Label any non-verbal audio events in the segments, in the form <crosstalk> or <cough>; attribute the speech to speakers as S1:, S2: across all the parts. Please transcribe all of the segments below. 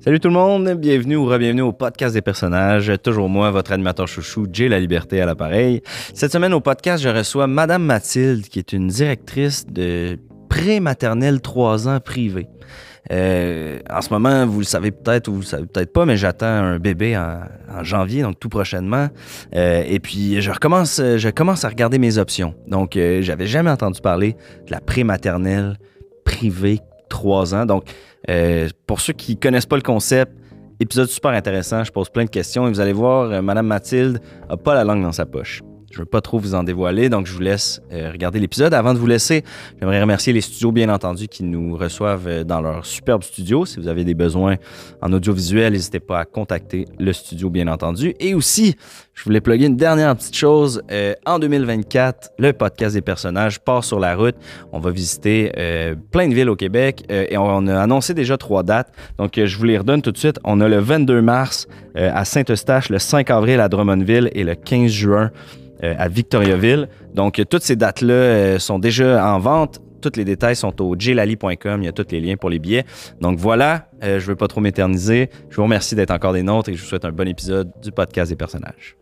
S1: Salut tout le monde, bienvenue ou re-bienvenue au podcast des personnages. Toujours moi, votre animateur chouchou, Jay La Liberté à l'appareil. Cette semaine au podcast, je reçois Madame Mathilde, qui est une directrice de pré-maternelle 3 ans privée. Euh, en ce moment, vous le savez peut-être ou vous le savez peut-être pas, mais j'attends un bébé en, en janvier, donc tout prochainement. Euh, et puis, je recommence, je commence à regarder mes options. Donc, euh, j'avais jamais entendu parler de la pré-maternelle privée 3 ans. Donc, euh, pour ceux qui connaissent pas le concept, épisode super intéressant. Je pose plein de questions et vous allez voir, euh, Madame Mathilde a pas la langue dans sa poche. Je veux pas trop vous en dévoiler, donc je vous laisse euh, regarder l'épisode. Avant de vous laisser, j'aimerais remercier les studios, bien entendu, qui nous reçoivent euh, dans leur superbe studio. Si vous avez des besoins en audiovisuel, n'hésitez pas à contacter le studio, bien entendu. Et aussi, je voulais plugger une dernière petite chose. Euh, en 2024, le podcast des personnages part sur la route. On va visiter euh, plein de villes au Québec euh, et on, on a annoncé déjà trois dates. Donc, euh, je vous les redonne tout de suite. On a le 22 mars euh, à Saint-Eustache, le 5 avril à Drummondville et le 15 juin euh, à Victoriaville. Donc, euh, toutes ces dates-là euh, sont déjà en vente. Tous les détails sont au jlali.com. Il y a tous les liens pour les billets. Donc voilà, euh, je ne veux pas trop m'éterniser. Je vous remercie d'être encore des nôtres et je vous souhaite un bon épisode du podcast des personnages.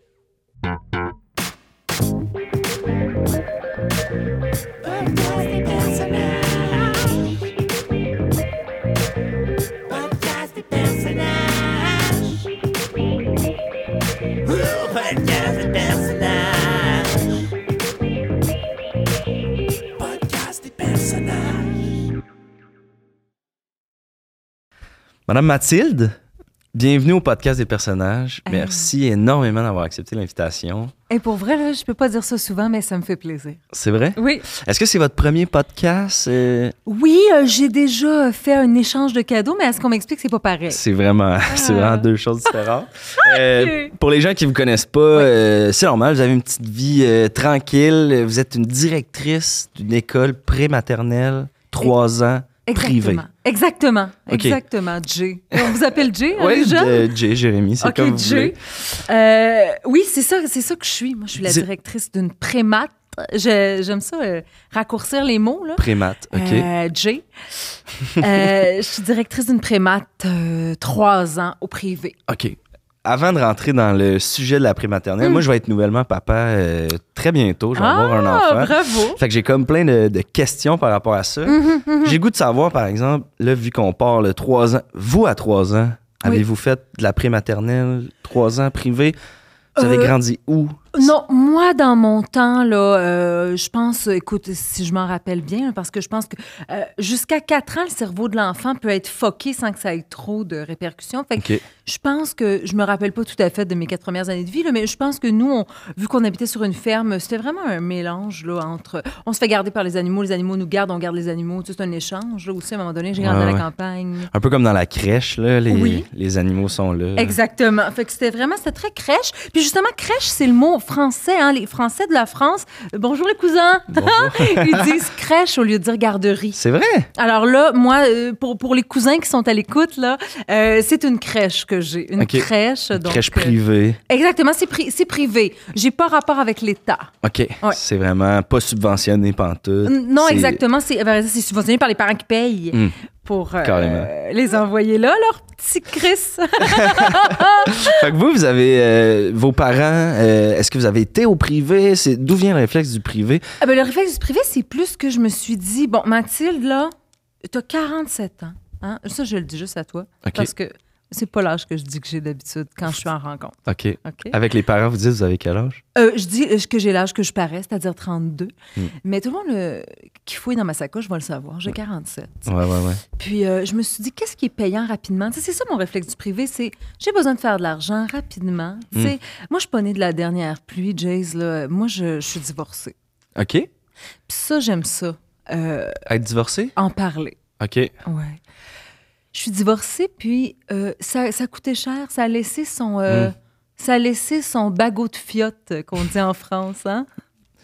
S2: Podcast des personnages. Podcast des personnages. Oh, Podcast des personnages. Podcast des personnages.
S1: Madame Mathilde, bienvenue au podcast des personnages.
S3: Ah.
S1: Merci énormément d'avoir accepté l'invitation.
S3: Et pour vrai, là, je peux pas dire ça souvent, mais ça me fait plaisir.
S1: C'est vrai?
S3: Oui.
S1: Est-ce que c'est votre premier podcast? Euh,
S3: Oui, euh, j'ai déjà fait un échange de cadeaux, mais à ce qu'on m'explique, c'est pas pareil.
S1: C'est vraiment, <laughs> c'est
S3: Ah.
S1: vraiment deux choses
S3: <laughs>
S1: différentes. Euh, pour les gens qui vous connaissent pas, euh, c'est normal, vous avez une petite vie euh, tranquille. Vous êtes une directrice d'une école prématernelle, trois ans, privée.
S3: Exactement. Exactement.
S1: Ok.
S3: Exactement. Jay. On vous appelle Jay, hein,
S1: Oui, euh,
S3: les jeunes?
S1: Jay, Jérémy, c'est
S3: OK,
S1: comme vous
S3: Jay.
S1: voulez.
S3: Euh, oui, c'est ça, c'est ça que je suis. Moi, je suis la
S1: Dis-
S3: directrice d'une prémate. Je- J'aime ça, euh, raccourcir les mots. Là.
S1: Prémate, OK.
S3: Euh, Jay. Euh, je suis directrice d'une prémate euh, trois ans au privé.
S1: OK. Avant de rentrer dans le sujet de la prématernelle,
S3: Mm.
S1: moi, je vais être nouvellement papa euh, très bientôt. Je vais avoir un enfant.
S3: Ah, bravo. Mhm,
S1: Fait que j'ai comme plein de, de questions par rapport à ça. J'ai le goût de savoir, par exemple, là, vu qu'on part le 3 ans, vous à 3 ans,
S3: Oui.
S1: avez-vous fait de la prématernelle, 3 ans privé? Vous avez
S3: Euh,
S1: grandi où?
S3: Non, moi, dans mon temps, là, euh, je pense, écoute, si je m'en rappelle bien, parce que je pense que euh, jusqu'à 4 ans, le cerveau de l'enfant peut être foqué sans que ça ait trop de répercussions. Fait que
S1: OK.
S3: je pense que, je me rappelle pas tout à fait de mes quatre premières années de vie, là, mais je pense que nous, on- vu qu'on habitait sur une ferme, c'était vraiment un mélange là, entre. On se fait garder par les animaux, les animaux nous gardent, on garde les animaux. Tu sais, C'est un échange. Là, aussi, à un moment donné, j'ai grandi
S1: Ouais,
S3: à la
S1: ouais.
S3: campagne.
S1: Un peu comme dans la crèche, là, les,
S3: Oui.
S1: les animaux sont là.
S3: Exactement. Fait que c'était vraiment, c'était très crèche. Puis justement, crèche, c'est le mot français, hein, les Français de la France. Euh, Bonjour les cousins. <laughs> Ils disent crèche au lieu de dire garderie.
S1: C'est vrai?
S3: Alors là, moi, euh, pour, pour les cousins qui sont à l'écoute, là, euh, c'est une crèche que j'ai. Une
S1: Ok.
S3: crèche. donc,
S1: crèche
S3: euh,
S1: privée.
S3: exactement, c'est, pri- c'est privé. J'ai pas rapport avec l'État.
S1: OK.
S3: Ouais.
S1: C'est vraiment pas subventionné pantoute.
S3: N- Non,
S1: Euh, C'est-
S3: exactement. C'est, ben, c'est subventionné par les parents qui payent
S1: Hmm.
S3: pour euh,
S1: Carrément.
S3: les envoyer là, leur petit Chris.
S1: Fait que vous, vous avez euh, vos parents, euh, est-ce que vous avez été au privé? C'est, d'où vient le réflexe du privé?
S3: Ah ben, le réflexe du privé, c'est plus que je me suis dit, bon, Mathilde, là, t'as 47 ans. Hein? Ça, je le dis juste à toi.
S1: OK.
S3: Parce que c'est pas l'âge que je dis que j'ai d'habitude quand je suis en rencontre.
S1: OK.
S3: OK?
S1: Avec les parents, vous dites, vous avez quel âge?
S3: Euh, je dis euh, que j'ai l'âge que je parais, c'est-à-dire 32.
S1: Hmm.
S3: Mais tout le monde euh, qui fouille dans ma sacoche va le savoir. J'ai 47.
S1: Ouais, ouais, ouais.
S3: Puis euh, je me suis dit, qu'est-ce qui est payant rapidement? Tu sais, c'est ça mon réflexe du privé, c'est j'ai besoin de faire de l'argent rapidement.
S1: Hmm.
S3: Tu sais, Moi, je suis pas née de la dernière pluie, Jays. Là. Moi, je, je suis divorcée.
S1: OK.
S3: Puis ça, j'aime ça, euh,
S1: Être divorcé?
S3: en parler.
S1: OK.
S3: Ouais. Je suis divorcée, puis euh, ça, ça coûtait cher. Ça a laissé son, euh,
S1: Mm.
S3: ça a laissé son bagot de fiotte euh, qu'on dit en France. Hein?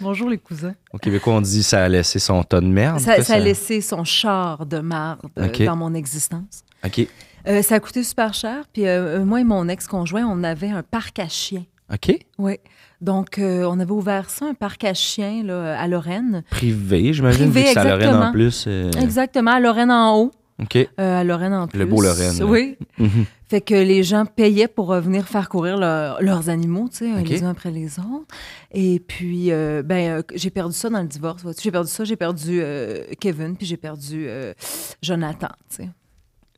S3: Bonjour les cousins.
S1: Au Québécois, on dit ça a laissé son tas de merde.
S3: Ça,
S1: quoi,
S3: ça a laissé son char de marde euh,
S1: Ok.
S3: dans mon existence.
S1: OK.
S3: Euh, ça a coûté super cher. Puis euh, moi et mon ex-conjoint, on avait un parc à chiens.
S1: OK.
S3: Oui. Donc, euh, on avait ouvert ça, un parc à chiens là, à Lorraine.
S1: Privé, j'imagine.
S3: Privé,
S1: vu que ça l'aurait en
S3: exactement.
S1: plus. euh,
S3: Exactement, à Lorraine en haut.
S1: OK.
S3: euh, à Lorraine en plus.
S1: Le beau Lorraine, là.
S3: Oui.
S1: Mhm.
S3: Fait que les gens payaient pour euh, venir faire courir leur- leurs animaux, tu sais, euh,
S1: Ok.
S3: les uns après les autres. Et puis, euh, ben, euh, j'ai perdu ça dans le divorce. vois-tu. J'ai perdu ça, j'ai perdu euh, Kevin, puis j'ai perdu euh, Jonathan, tu sais.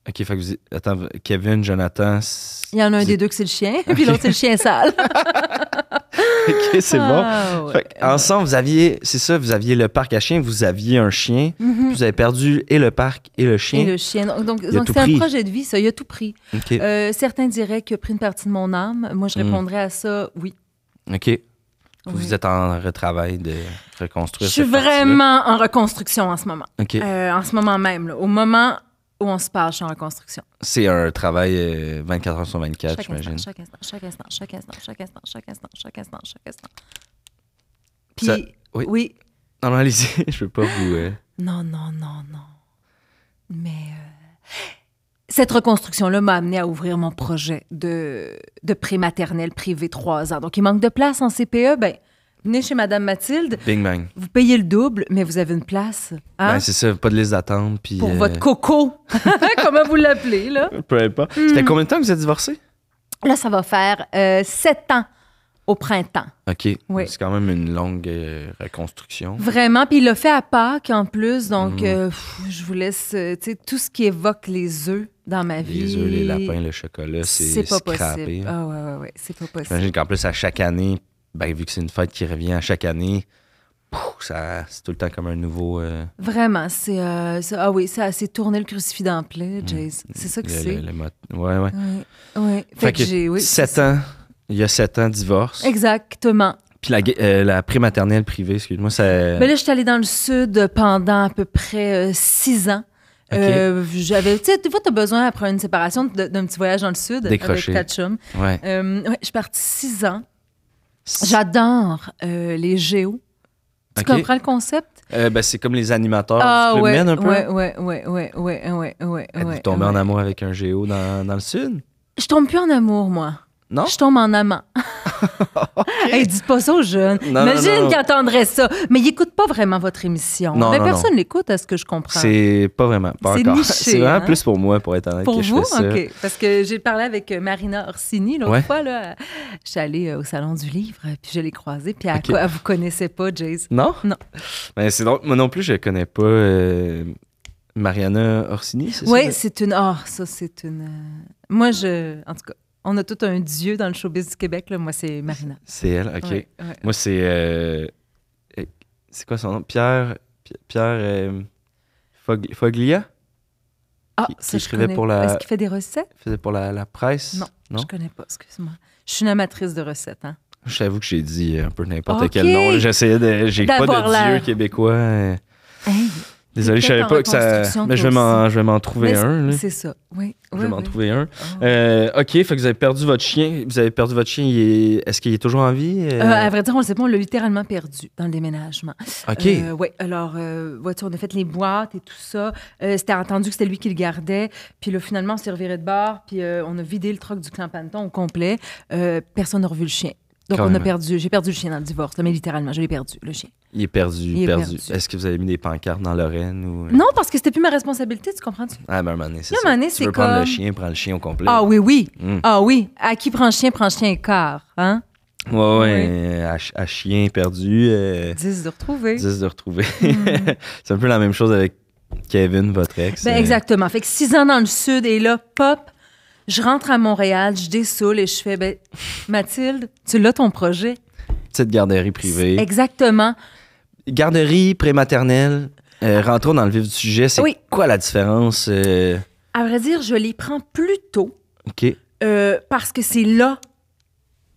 S1: OK, fait que vous... Attends, Kevin, Jonathan... c'est-
S3: Il y en a un
S1: C'est-
S3: des deux que c'est le chien, <laughs> puis l'autre, c'est le chien sale.
S1: <laughs> OK, <laughs> c'est bon.
S3: Ah, ouais.
S1: Fait que, ensemble, vous aviez... C'est ça, vous aviez le parc à chiens, vous aviez un chien,
S3: Mhm.
S1: puis vous avez perdu et le parc et le chien.
S3: Et le chien. Donc, donc-
S1: Il a
S3: donc,
S1: tout
S3: c'est un
S1: pris.
S3: projet de vie, ça. Il a tout pris.
S1: OK.
S3: Euh, certains diraient qu'il a pris une partie de mon âme. Moi, je
S1: Mm.
S3: répondrais à ça, oui.
S1: OK.
S3: Oui.
S1: Vous êtes en retravail de
S3: Je
S1: reconstruire
S3: suis
S1: cette partie-là.
S3: vraiment en reconstruction en ce moment.
S1: OK.
S3: Euh, en ce moment même, là. au moment où on se parle, je suis en reconstruction.
S1: C'est un travail euh, 24 heures sur 24,
S3: chaque, instant,
S1: j'imagine.
S3: chaque instant, chaque instant, chaque instant, chaque instant, chaque instant, chaque instant, chaque instant. Puis,
S1: Ça- oui.
S3: oui.
S1: Non, non, allez-y, <laughs> je veux pas vous... euh,
S3: non, non, non, non. Mais euh, cette reconstruction-là m'a amené à ouvrir mon projet de, de prématernelle privée 3 ans. Donc, il manque de place en CPE, ben venez chez Madame Mathilde,
S1: Bing bang.
S3: vous payez le double, mais vous avez une place hein,
S1: Ben, c'est ça, pas de liste d'attente, puis...
S3: pour
S1: euh,
S3: votre coco, <laughs> comment vous l'appelez, là.
S1: <laughs> Peu importe.
S3: Hmm.
S1: C'était combien de temps que vous êtes divorcé?
S3: Là, ça va faire euh, sept ans au printemps.
S1: OK.
S3: Oui.
S1: C'est quand même une longue euh, reconstruction.
S3: Vraiment. Puis il l'a fait à Pâques en plus. Donc,
S1: Mm.
S3: euh, pff, je vous laisse euh, tu sais, tout ce qui évoque les œufs dans ma vie.
S1: Les œufs, les lapins, le chocolat, c'est
S3: C'est pas
S1: scrappé. hein.
S3: possible. Ah, ouais, ouais, ouais. C'est pas possible.
S1: J'imagine qu'en plus, à chaque année, ben, vu que c'est une fête qui revient à chaque année, pouf, ça, c'est tout le temps comme un nouveau. euh,
S3: Vraiment. C'est. euh, ça- ah oui, ça c'est tourné le crucifix dans la
S1: Mm.
S3: plaie, Jace. C'est ça
S1: le-
S3: que c'est.
S1: le- le mot- Ouais, ouais.
S3: Oui. oui. Fait, que, j'ai. Oui, c'est
S1: 7
S3: ça.
S1: ans, il y a 7 ans, divorce.
S3: Exactement.
S1: Puis la, gue- euh, la prématernelle privée, excuse-moi, ça.
S3: Mais là, je suis allée dans le sud pendant à peu près euh, six ans.
S1: Ok.
S3: Euh, j'avais, tu sais, des fois, t'as besoin, après une séparation, de- d'un petit voyage dans le sud
S1: Décrocher.
S3: avec ta chum.
S1: Ouais.
S3: Euh, ouais, je suis partie six ans. J'adore euh, les géos. Tu
S1: Ok.
S3: comprends le concept?
S1: Euh, ben, c'est comme les animateurs
S3: ah,
S1: du Club
S3: ouais,
S1: Med, un peu.
S3: ouais, ouais, ouais, ouais, ouais, ouais, ouais,
S1: Êtes-vous
S3: ouais,
S1: tombé en
S3: ouais.
S1: amour avec un géo dans, dans le sud?
S3: Je tombe plus en amour, moi.
S1: Non?
S3: Je tombe
S1: <laughs>
S3: en amant. hey, dites pas ça aux jeunes.
S1: Non, non,
S3: Imagine
S1: non.
S3: qu'ils entendraient ça. Mais ils n'écoutent pas vraiment votre émission.
S1: Non,
S3: Mais
S1: non,
S3: personne n'écoute à ce que je comprends.
S1: C'est pas vraiment. Pas
S3: C'est
S1: encore.
S3: niché,
S1: c'est vraiment
S3: hein?
S1: plus pour moi, pour être honnête.
S3: Pour
S1: que je
S3: vous,
S1: fais ça.
S3: OK. Parce que j'ai parlé avec euh, Marina Orsini l'autre
S1: Ouais.
S3: fois. Là. Je suis allée euh, au Salon du Livre, puis je l'ai croisée. Puis elle,
S1: OK.
S3: elle vous connaissait pas, Jace.
S1: Non?
S3: Non.
S1: Mais c'est drôle. Moi non plus, je connais pas euh, Mariana Orsini, c'est
S3: Oui,
S1: ça?
S3: c'est une. Ah, ça, c'est une. euh, Moi, je. En tout cas, on a tout un dieu dans le showbiz du Québec. Là. Moi, c'est Marina.
S1: C'est elle, OK.
S3: Ouais, ouais.
S1: Moi, c'est... euh, euh, c'est quoi son nom? Pierre... Pi- Pierre... euh, Fog- Foglia?
S3: Ah,
S1: qui- qui
S3: ça, je
S1: écrivait
S3: connais
S1: pour
S3: pas.
S1: la-
S3: Est-ce qu'il fait des recettes?
S1: Faisait pour la, la presse?
S3: Non, Je connais pas, excuse-moi. Je suis une amatrice de recettes. Hein.
S1: Je t'avoue que j'ai dit un peu n'importe
S3: OK.
S1: quel nom. J'essayais de... J'ai pas
S3: D'avoir
S1: de
S3: l'air.
S1: dieu québécois. euh.
S3: Hey,
S1: Désolé, je savais
S3: peut-être en
S1: pas que ça...
S3: reconstruction,
S1: Mais je
S3: toi
S1: vais m'en je vais m'en trouver
S3: mais c'est-
S1: un. là.
S3: C'est ça, oui.
S1: Je
S3: oui,
S1: vais m'en
S3: oui.
S1: trouver un.
S3: Ah.
S1: Euh, OK, fait que vous avez perdu votre chien. Vous avez perdu votre chien. il est- Est-ce qu'il est toujours en vie? Euh,
S3: Euh, à vrai dire, on le sait pas, on l'a littéralement perdu dans le déménagement.
S1: OK.
S3: oui, Euh, alors, euh, vois-tu, on a fait les boîtes et tout ça. Euh, c'était entendu que c'était lui qui le gardait. Puis là, finalement, on s'est reviré de bord, puis euh, on a vidé le troc du Clampanton au complet. Euh, personne n'a revu le chien. Donc,
S1: Quand
S3: on a
S1: même.
S3: perdu, j'ai perdu le chien dans le divorce, là, mais littéralement, je l'ai perdu, le chien.
S1: Il est perdu,
S3: Il est
S1: perdu.
S3: perdu.
S1: Est-ce que vous avez mis des pancartes dans Lorraine ou euh?
S3: Non, parce que c'était plus ma responsabilité, tu comprends?
S1: Ah ben, à un moment donné, c'est
S3: Non,
S1: ça.
S3: à un moment donné,
S1: tu
S3: c'est
S1: veux prendre le
S3: comme-
S1: chien, prends le chien au complet.
S3: Ah oui, oui.
S1: Mm.
S3: Ah oui. À qui prend chien, prend chien et quart. Hein?
S1: Ouais, ouais, euh, à, ch- à chien perdu, euh,
S3: 10 de retrouver.
S1: 10 de retrouver. <laughs> c'est un peu la même chose avec Kevin, votre ex.
S3: Hmm. Ben,
S1: euh,
S3: exactement. Fait que six ans dans le sud et là, pop, je rentre à Montréal, je dessoule et je fais, ben, Mathilde, tu l'as ton projet.
S1: Petite garderie privée.
S3: Exactement.
S1: Garderie prématernelle. euh, rentrons dans le vif du sujet. C'est
S3: Oui.
S1: quoi la différence? euh,
S3: À vrai dire, je les prends plus tôt
S1: OK.
S3: euh, parce que c'est là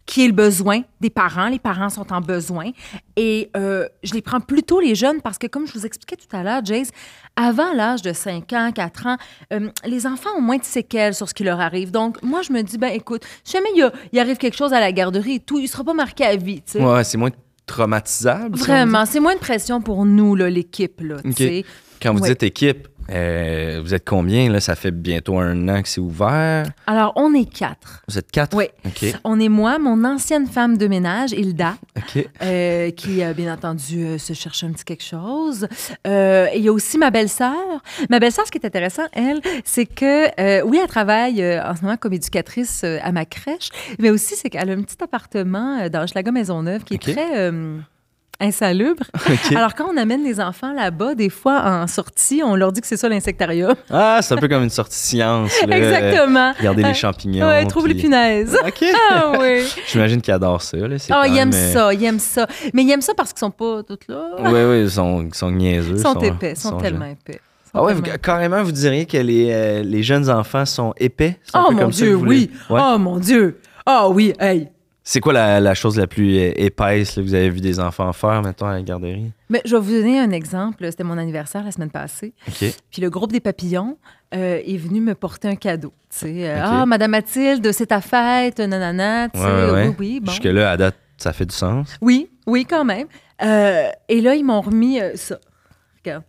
S3: qui est le besoin des parents. Les parents sont en besoin. Et euh, je les prends plus tôt, les jeunes, parce que comme je vous expliquais tout à l'heure, Jace, avant l'âge de 5 ans, 4 ans, euh, les enfants ont moins de séquelles sur ce qui leur arrive. Donc, moi, je me dis, ben écoute, si jamais il, y a- il arrive quelque chose à la garderie et tout, il sera pas marqué à vie, tu sais.
S1: Ouais, c'est moins traumatisable. ça, on dit.
S3: Vraiment, c'est moins de pression pour nous, là, l'équipe, là, tu
S1: Ok.
S3: sais.
S1: Quand vous
S3: Ouais.
S1: dites équipe, Euh, vous êtes combien, là? Ça fait bientôt un an que c'est ouvert.
S3: Alors, on est quatre.
S1: Vous êtes quatre?
S3: Oui.
S1: OK.
S3: On est moi, mon ancienne femme de ménage, Hilda,
S1: OK. <laughs>
S3: euh, qui, euh, bien entendu, euh, se cherche un petit quelque chose. Euh, et il y a aussi ma belle-sœur. Ma belle-sœur, ce qui est intéressant, elle, c'est que, euh, oui, elle travaille euh, en ce moment comme éducatrice euh, à ma crèche, mais aussi, c'est qu'elle a un petit appartement euh, dans Hochelaga Maisonneuve qui est
S1: OK.
S3: très... euh, insalubre.
S1: OK.
S3: Alors, quand on amène les enfants là-bas, des fois, en sortie, on leur dit que c'est ça l'insectarium.
S1: Ah, c'est un peu comme une sortie science. là.
S3: <laughs> Exactement.
S1: Euh, Regarder les
S3: Ouais.
S1: champignons.
S3: Ouais, trouve les
S1: puis- <laughs>
S3: punaises.
S1: OK.
S3: Ah oui.
S1: J'imagine qu'ils adorent ça. Là. C'est
S3: Ah,
S1: quand
S3: ils aiment
S1: même, euh,
S3: ça, ils aiment ça. Mais ils aiment ça parce qu'ils sont pas toutes là.
S1: Oui, oui, ils sont, ils sont hein, niaiseux.
S3: Ils sont épais, ils sont, tellement épais. Ils sont
S1: Ah ouais, vous-
S3: tellement-
S1: carrément, vous diriez que les, euh, les jeunes enfants sont épais? C'est un
S3: Oh
S1: peu
S3: mon
S1: comme ça que
S3: Dieu,
S1: vous les-
S3: oui.
S1: Ouais.
S3: Oh mon Dieu. Ah oui, hey.
S1: C'est quoi la, la chose la plus euh, épaisse là, que vous avez vu des enfants faire, mettons, à la garderie?
S3: Mais je vais vous donner un exemple. C'était mon anniversaire la semaine passée.
S1: OK.
S3: Puis le groupe des papillons euh, est venu me porter un cadeau. Tu sais, euh,
S1: Ok.
S3: ah, Madame Mathilde, c'est ta fête, nanana. tu sais,
S1: Ouais, ouais, ouais.
S3: Oui, oui, bon.
S1: Jusque-là, à date, ça fait du sens.
S3: Oui, oui, quand même. Euh, et là, ils m'ont remis euh, ça. Regarde.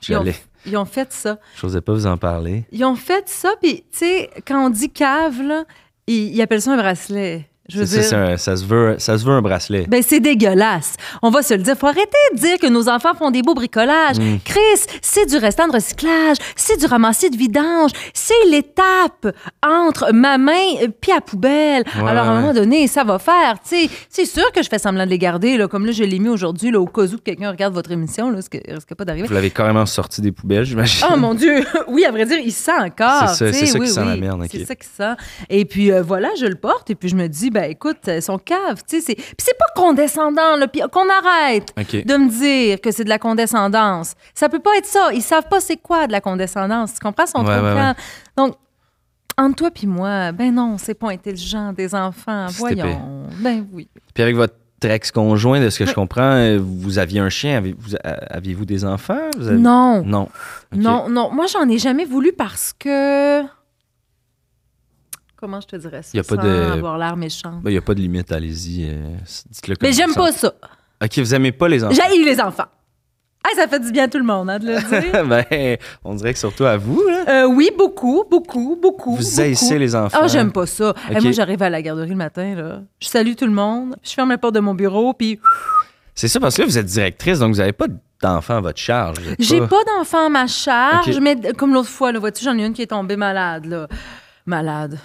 S1: Je
S3: Ils ont,
S1: n'osais
S3: ils ont fait ça.
S1: pas vous en parler.
S3: Ils ont fait ça, puis, tu sais, quand on dit cave, là, ils, ils appellent ça un bracelet. Je veux
S1: C'est ça,
S3: dire.
S1: c'est un- ça, se veut, ça se veut un bracelet.
S3: Ben, c'est dégueulasse. On va se le dire. Faut arrêter de dire que nos enfants font des beaux bricolages.
S1: Mm.
S3: Chris, c'est du restant de recyclage, c'est du ramassis de vidange, c'est l'étape entre ma main euh, puis la poubelle.
S1: Ouais,
S3: Alors, à un
S1: ouais.
S3: moment donné, ça va faire. tu sais. C'est sûr que je fais semblant de les garder, là, comme là, je l'ai mis aujourd'hui, là, au cas où quelqu'un regarde votre émission, là, ce qui risque pas d'arriver.
S1: Vous l'avez carrément sorti des poubelles, j'imagine. <laughs>
S3: Oh Ben mon Dieu! <laughs> Oui, à vrai dire, il sent encore.
S1: C'est ça-
S3: tu sais,
S1: c'est ça qui
S3: oui,
S1: sent
S3: oui.
S1: la merde, ok.
S3: C'est ça qui sent. Et puis euh, voilà, je le porte et puis je me dis, ben écoute, euh, son cave, tu sais, c'est. Puis c'est pas condescendant, là, puis qu'on arrête
S1: OK.
S3: de me dire que c'est de la condescendance. Ça peut pas être ça. Ils savent pas c'est quoi de la condescendance. Tu comprends son
S1: Ouais,
S3: truc
S1: ouais,
S3: là? Donc, entre toi puis moi, ben non, c'est pas intelligent des enfants.
S1: C'est épais.
S3: Voyons. Ben oui.
S1: Puis avec votre ex-conjoint, de ce que je comprends, euh, vous aviez un chien. avez- vous- euh, Aviez-vous des enfants? Vous avez-
S3: Non.
S1: Non. OK.
S3: Non, non, moi j'en ai jamais voulu parce que comment je te dirais ça
S1: Y a pas
S3: sans
S1: de- Ben,
S3: avoir l'air méchant.
S1: Il n'y a pas de limite, allez-y. euh, dites-le comme
S3: Mais j'aime
S1: vous
S3: pas ça.
S1: sentez. OK, vous aimez pas les enfants?
S3: J'ai les enfants. Ah, ça fait du bien à tout le monde hein, de le
S1: <laughs>
S3: dire.
S1: ben, on dirait que surtout à vous, là.
S3: Euh, oui, beaucoup, beaucoup, beaucoup.
S1: Vous haïssez les enfants.
S3: Ah, j'aime pas ça. Et
S1: Ok.
S3: moi, j'arrive à la garderie le matin, là. Je salue tout le monde. Je ferme la porte de mon bureau, puis
S1: C'est ça, parce que là, vous êtes directrice, donc vous n'avez pas d'enfants à votre charge. vous êtes
S3: J'ai pas d'enfant à ma charge,
S1: Ok.
S3: mais comme l'autre fois, là, vois-tu, j'en ai une qui est tombée malade, là. Malade.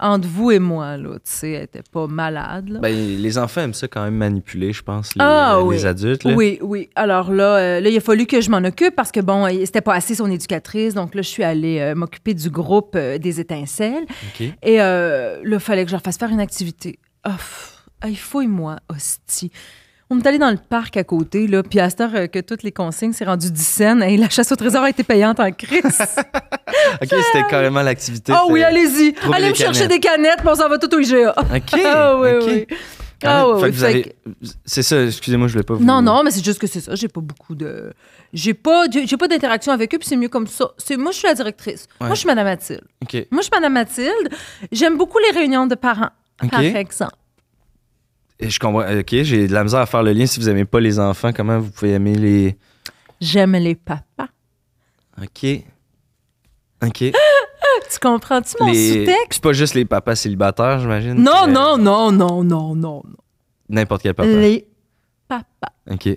S3: Entre vous et moi, là, tu sais, elle était pas malade, là.
S1: Ben, les enfants aiment ça quand même manipuler, je pense, les,
S3: Ah,
S1: les
S3: oui.
S1: adultes. là.
S3: Oui, oui. Alors là, euh, là, il a fallu que je m'en occupe parce que, bon, euh, c'était pas assez son éducatrice. Donc là, je suis allée euh, m'occuper du groupe euh, des étincelles.
S1: OK.
S3: Et euh, là, il fallait que je leur fasse faire une activité. Oh, il fouille-moi, hostie. On est allé dans le parc à côté, là, puis à cette heure euh, que toutes les consignes s'est rendues 10 cents, et la chasse au trésor a été payante
S1: <laughs>
S3: en crise.
S1: OK, c'était carrément l'activité.
S3: Ah oui,
S1: c'est-
S3: allez-y.
S1: Trouver
S3: Allez
S1: les
S3: me chercher
S1: canettes.
S3: des canettes, puis on s'en va tout au IGA.
S1: OK.
S3: <laughs> Ah oui,
S1: OK.
S3: oui.
S1: Quand
S3: Ah
S1: même,
S3: oui,
S1: fait
S3: oui,
S1: que vous
S3: fait
S1: avez- C'est ça, excusez-moi, je voulais pas vous.
S3: Non, non, mais c'est juste que c'est ça. J'ai pas beaucoup de. J'ai pas, j'ai j'ai pas d'interaction avec eux, puis c'est mieux comme ça. C'est Moi, je suis la directrice.
S1: Ouais.
S3: Moi, je suis Madame Mathilde.
S1: OK.
S3: Moi, je suis Madame Mathilde. J'aime beaucoup les réunions de parents,
S1: OK.
S3: par exemple.
S1: Et je comprends. OK, j'ai de la misère à faire le lien. Si vous aimez pas les enfants, comment vous pouvez aimer les.
S3: J'aime les papas.
S1: OK. OK.
S3: Tu comprends-tu Ah, mon
S1: Les-
S3: sous-texte?
S1: C'est pas juste les papas célibataires, j'imagine.
S3: Non,
S1: c'est, euh,
S3: non, non, non, non, non, non.
S1: N'importe quel papa.
S3: Les papas.
S1: OK.
S3: Je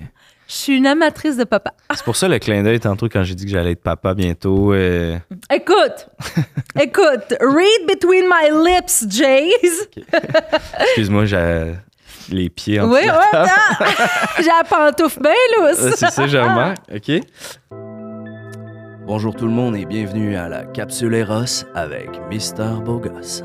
S3: suis une amatrice de papa.
S1: C'est pour ça le clin d'œil tantôt quand j'ai dit que j'allais être papa bientôt. euh, <laughs>
S3: Écoute, écoute, read between my lips, Jays.
S1: Excuse-moi, j'ai les pieds en
S3: Oui, ouais, ah! <laughs> j'ai la
S1: <laughs>
S3: pantoufle bien
S1: Euh,
S3: lousse.
S1: C'est ça, j'ai remarqué. OK. Bonjour tout le monde et bienvenue à la capsule Eros avec Mister Bogos.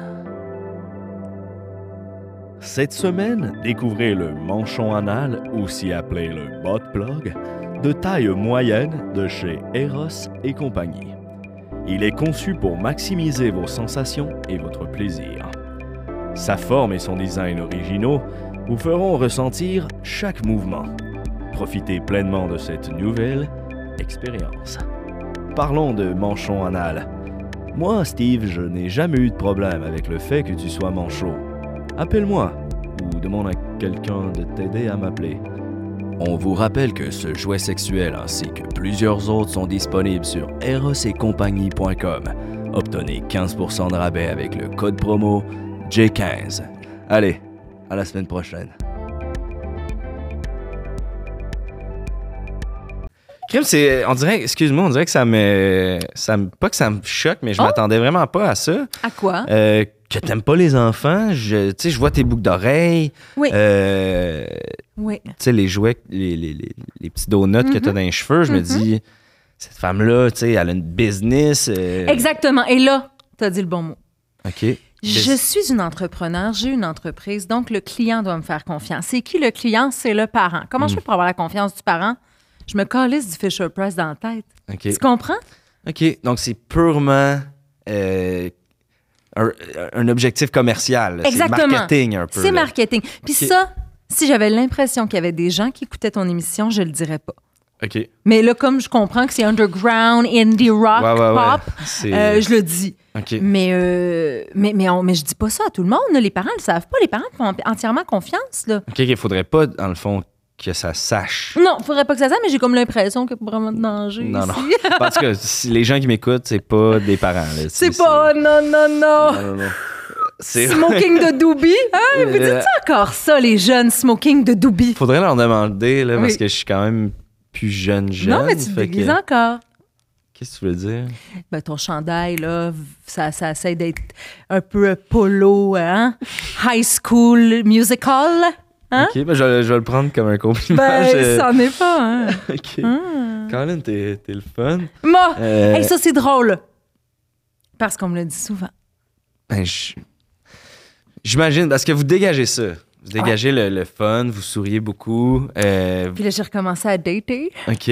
S1: Cette semaine, découvrez le manchon anal, aussi appelé le butt plug, de taille moyenne de chez Eros et compagnie. Il est conçu pour maximiser vos sensations et votre plaisir. Sa forme et son design originaux vous feront ressentir chaque mouvement. Profitez pleinement de cette nouvelle expérience. Parlons de manchon anal. Moi, Steve, je n'ai jamais eu de problème avec le fait que tu sois manchot. Appelle-moi ou demande à quelqu'un de t'aider à m'appeler. On vous rappelle que ce jouet sexuel ainsi que plusieurs autres sont disponibles sur erosetcompagnie.com. Obtenez 15% de rabais avec le code promo J15. Allez, à la semaine prochaine. Crime, c'est. On dirait, excuse-moi, on dirait que ça me. Ça me- pas que ça me choque, mais je
S3: Oh!
S1: m'attendais vraiment pas à ça.
S3: À quoi?
S1: Euh, que t'aimes pas les enfants, je, tu sais, je vois tes boucles d'oreilles.
S3: Oui.
S1: Euh,
S3: oui.
S1: tu sais, les jouets, les, les, les, les petits donuts que
S3: Mm-hmm.
S1: t'as dans les cheveux, je me dis, cette femme-là, tu sais, elle a une business. euh,
S3: Exactement. Et là, tu as dit le bon mot.
S1: OK.
S3: Je suis une entrepreneur, j'ai une entreprise, donc le client doit me faire confiance. C'est qui le client? C'est le parent. Comment
S1: Mm.
S3: je fais pour avoir la confiance du parent? Je me calisse du Fisher Price dans la tête.
S1: OK.
S3: Tu comprends?
S1: OK. Donc, c'est purement euh, un, un objectif commercial. là. C'est
S3: Exactement.
S1: marketing un peu.
S3: C'est
S1: là.
S3: marketing. Puis
S1: Ok.
S3: ça, si j'avais l'impression qu'il y avait des gens qui écoutaient ton émission, je le dirais pas.
S1: OK. Ouais,
S3: Mais là, comme je comprends que c'est underground, indie rock,
S1: ouais, ouais.
S3: pop,
S1: C'est-
S3: euh, je le dis.
S1: OK.
S3: Mais, euh, mais, mais, on- mais je dis pas ça à tout le monde. là. Les parents le savent pas. Les parents font entièrement confiance. Là.
S1: OK. Il faudrait pas, dans le fond, que ça sache.
S3: Non, faudrait pas que ça sache, mais j'ai comme l'impression qu'il n'y a pas vraiment de danger.
S1: Non, non.
S3: ici.
S1: Parce que si les gens qui m'écoutent, c'est pas des parents. là.
S3: C'est pas. Non, non, non.
S1: Non, non, non. C'est.
S3: Smoking de
S1: <laughs>
S3: doobie. Hein? Vous
S1: Euh,
S3: dites encore ça, les jeunes, smoking de doobie?
S1: Faudrait leur demander, là, parce
S3: Oui.
S1: que je suis quand même plus jeune, jeune.
S3: Non, mais tu te
S1: fait que-
S3: déguises encore.
S1: Qu'est-ce que tu veux dire?
S3: Ben, ton chandail, là, v- ça, ça essaie d'être un peu euh, polo, hein? High school
S1: <laughs>
S3: musical. Hein?
S1: Ok, ben, je, vais- je vais le prendre comme un compliment.
S3: Ben,
S1: je-
S3: ça Hmm. n'est pas, hein?
S1: <laughs> Ok. Colin, t'es t'es le fun.
S3: Moi,
S1: Euh,
S3: hey, ça, c'est drôle. Parce qu'on me le dit souvent.
S1: ben, je- J'imagine, parce que vous dégagez ça. Vous dégagez
S3: Ah.
S1: le, le fun, vous souriez beaucoup. euh,
S3: Puis là, j'ai recommencé à dater.
S1: ok.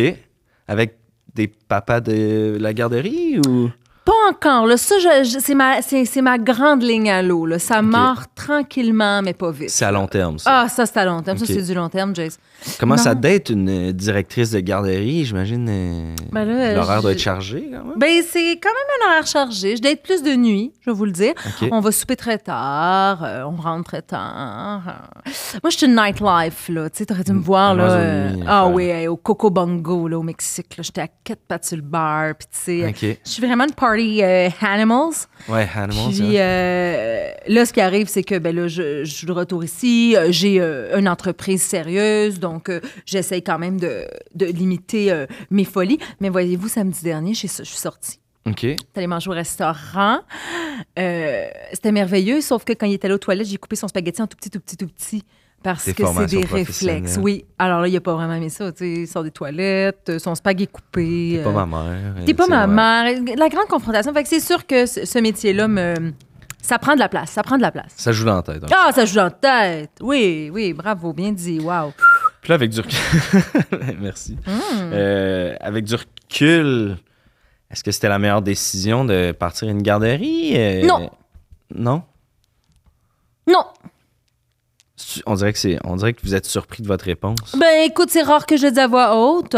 S1: Avec des papas de la garderie ou.
S3: Pas encore. Là. Ça, je- je- c'est, ma, c'est, c'est ma grande ligne à l'eau. Là. Ça mord tranquillement, mais pas vite.
S1: C'est à long terme, ça.
S3: Ah, ça, c'est à long terme.
S1: Ok.
S3: Ça, c'est du long terme, Jace.
S1: Comment
S3: non.
S1: ça date une euh, directrice de garderie? J'imagine. euh,
S3: Ben là,
S1: L'horaire
S3: je-
S1: doit être chargé quand même.
S3: Ben, c'est quand même un horaire chargé. Je date plus de nuit, je vais vous le dire.
S1: Ok.
S3: On va souper très tard, euh, on rentre très tard. euh. Moi, je suis une nightlife, là. Tu sais, t'aurais
S1: Mm.
S3: dû me voir, là.
S1: Amazon
S3: euh,
S1: nuit,
S3: ah
S1: quoi.
S3: oui, hey, au Coco Bongo, là, au Mexique. là. J'étais à quatre pattes sur le bar, puis tu sais.
S1: Ok.
S3: Je suis vraiment une party euh, animals.
S1: Ouais, Animal,
S3: Puis euh, là, ce qui arrive, c'est que ben là, je, je suis de retour ici. Euh, J'ai euh, une entreprise sérieuse, donc euh, j'essaye quand même de, de limiter euh, mes folies. Mais voyez-vous, samedi dernier, je suis je suis sortie.
S1: Ok.
S3: J'étais allée manger au restaurant. Euh, C'était merveilleux, sauf que quand il était allé aux toilettes, j'ai coupé son spaghetti en tout petit, tout petit, tout petit. Parce
S1: Des
S3: que c'est
S1: formations
S3: des
S1: professionnelles.
S3: réflexes. Oui. Alors là, il n'a pas vraiment aimé ça. tu sais. Il sort des toilettes, euh, son spag est coupé.
S1: T'es pas ma
S3: euh,
S1: mère.
S3: T'es pas
S1: tu sais,
S3: ma
S1: ouais.
S3: mère. La grande confrontation. Fait que c'est sûr que ce ce métier-là me. Ça prend de la place. Ça prend de la place.
S1: Ça joue dans la tête. hein.
S3: Ah, ça joue dans la tête. Oui, oui, bravo, bien dit. Wow.
S1: Puis là, avec du recul. <laughs> Merci.
S3: Hmm.
S1: Euh, avec du recul, est-ce que c'était la meilleure décision de partir à une garderie? Euh,
S3: Non.
S1: Non?
S3: Non.
S1: Tu- On dirait, que c'est, on dirait que vous êtes surpris de votre réponse.
S3: Ben, écoute, c'est rare que je le dise à voix haute.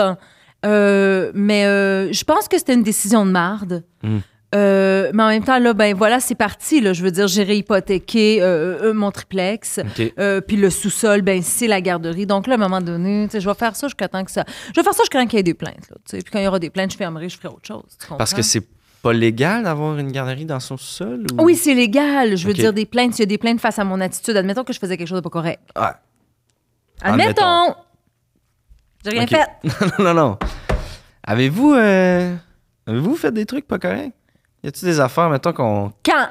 S3: Euh, mais euh, je pense que c'était une décision de marde.
S1: Mm.
S3: Euh, mais en même temps, là, ben voilà, c'est parti. Là. Je veux dire, j'ai réhypothéqué euh, euh, mon triplex.
S1: OK.
S3: Euh, puis le sous-sol, ben c'est la garderie. Donc là, à un moment donné, tu sais, je vais faire ça jusqu'à temps que ça. Je vais faire ça jusqu'à temps qu'il y ait des plaintes. Là, tu sais. puis quand il y aura des plaintes, je fermerai, je ferai autre chose. tu comprends?
S1: Parce que c'est pas légal d'avoir une garderie dans son sol? Ou...
S3: Oui, c'est légal. Je veux
S1: Ok.
S3: dire des plaintes. S'il y a des plaintes face à mon attitude, admettons que je faisais quelque chose de pas correct.
S1: Ah.
S3: Admettons.
S1: Admettons.
S3: J'ai rien
S1: Ok. <laughs>
S3: fait.
S1: non, non, non. Avez-vous, euh, avez-vous fait des trucs pas corrects? Y a-tu des affaires, mettons, qu'on,
S3: Quand?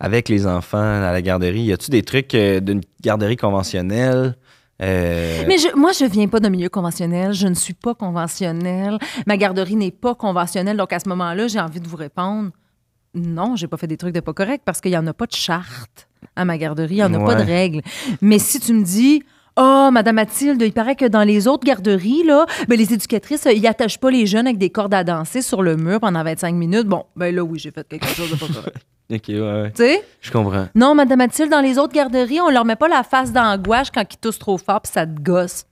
S1: avec les enfants à la garderie? Y a-tu des trucs euh, d'une garderie conventionnelle? Euh,
S3: Mais je- moi, je viens pas d'un milieu conventionnel. Je ne suis pas conventionnelle. Ma garderie n'est pas conventionnelle. Donc, à ce moment-là, j'ai envie de vous répondre non, j'ai pas fait des trucs de pas corrects parce qu'il y en a pas de charte à ma garderie. Il y en a pas de
S1: Ouais.
S3: règles. Mais si tu me dis. Oh, Madame Mathilde, il paraît que dans les autres garderies, là, ben, les éducatrices, euh, ils attachent pas les jeunes avec des cordes à danser sur le mur pendant 25 minutes. Bon, ben là, oui, j'ai fait quelque chose de
S1: <laughs>
S3: pas correct.
S1: Ok, ouais, ouais.
S3: tu sais?
S1: Je comprends.
S3: Non, Madame Mathilde, dans les autres garderies, on leur met pas la face dans la gouache quand ils toussent trop fort puis ça te gosse.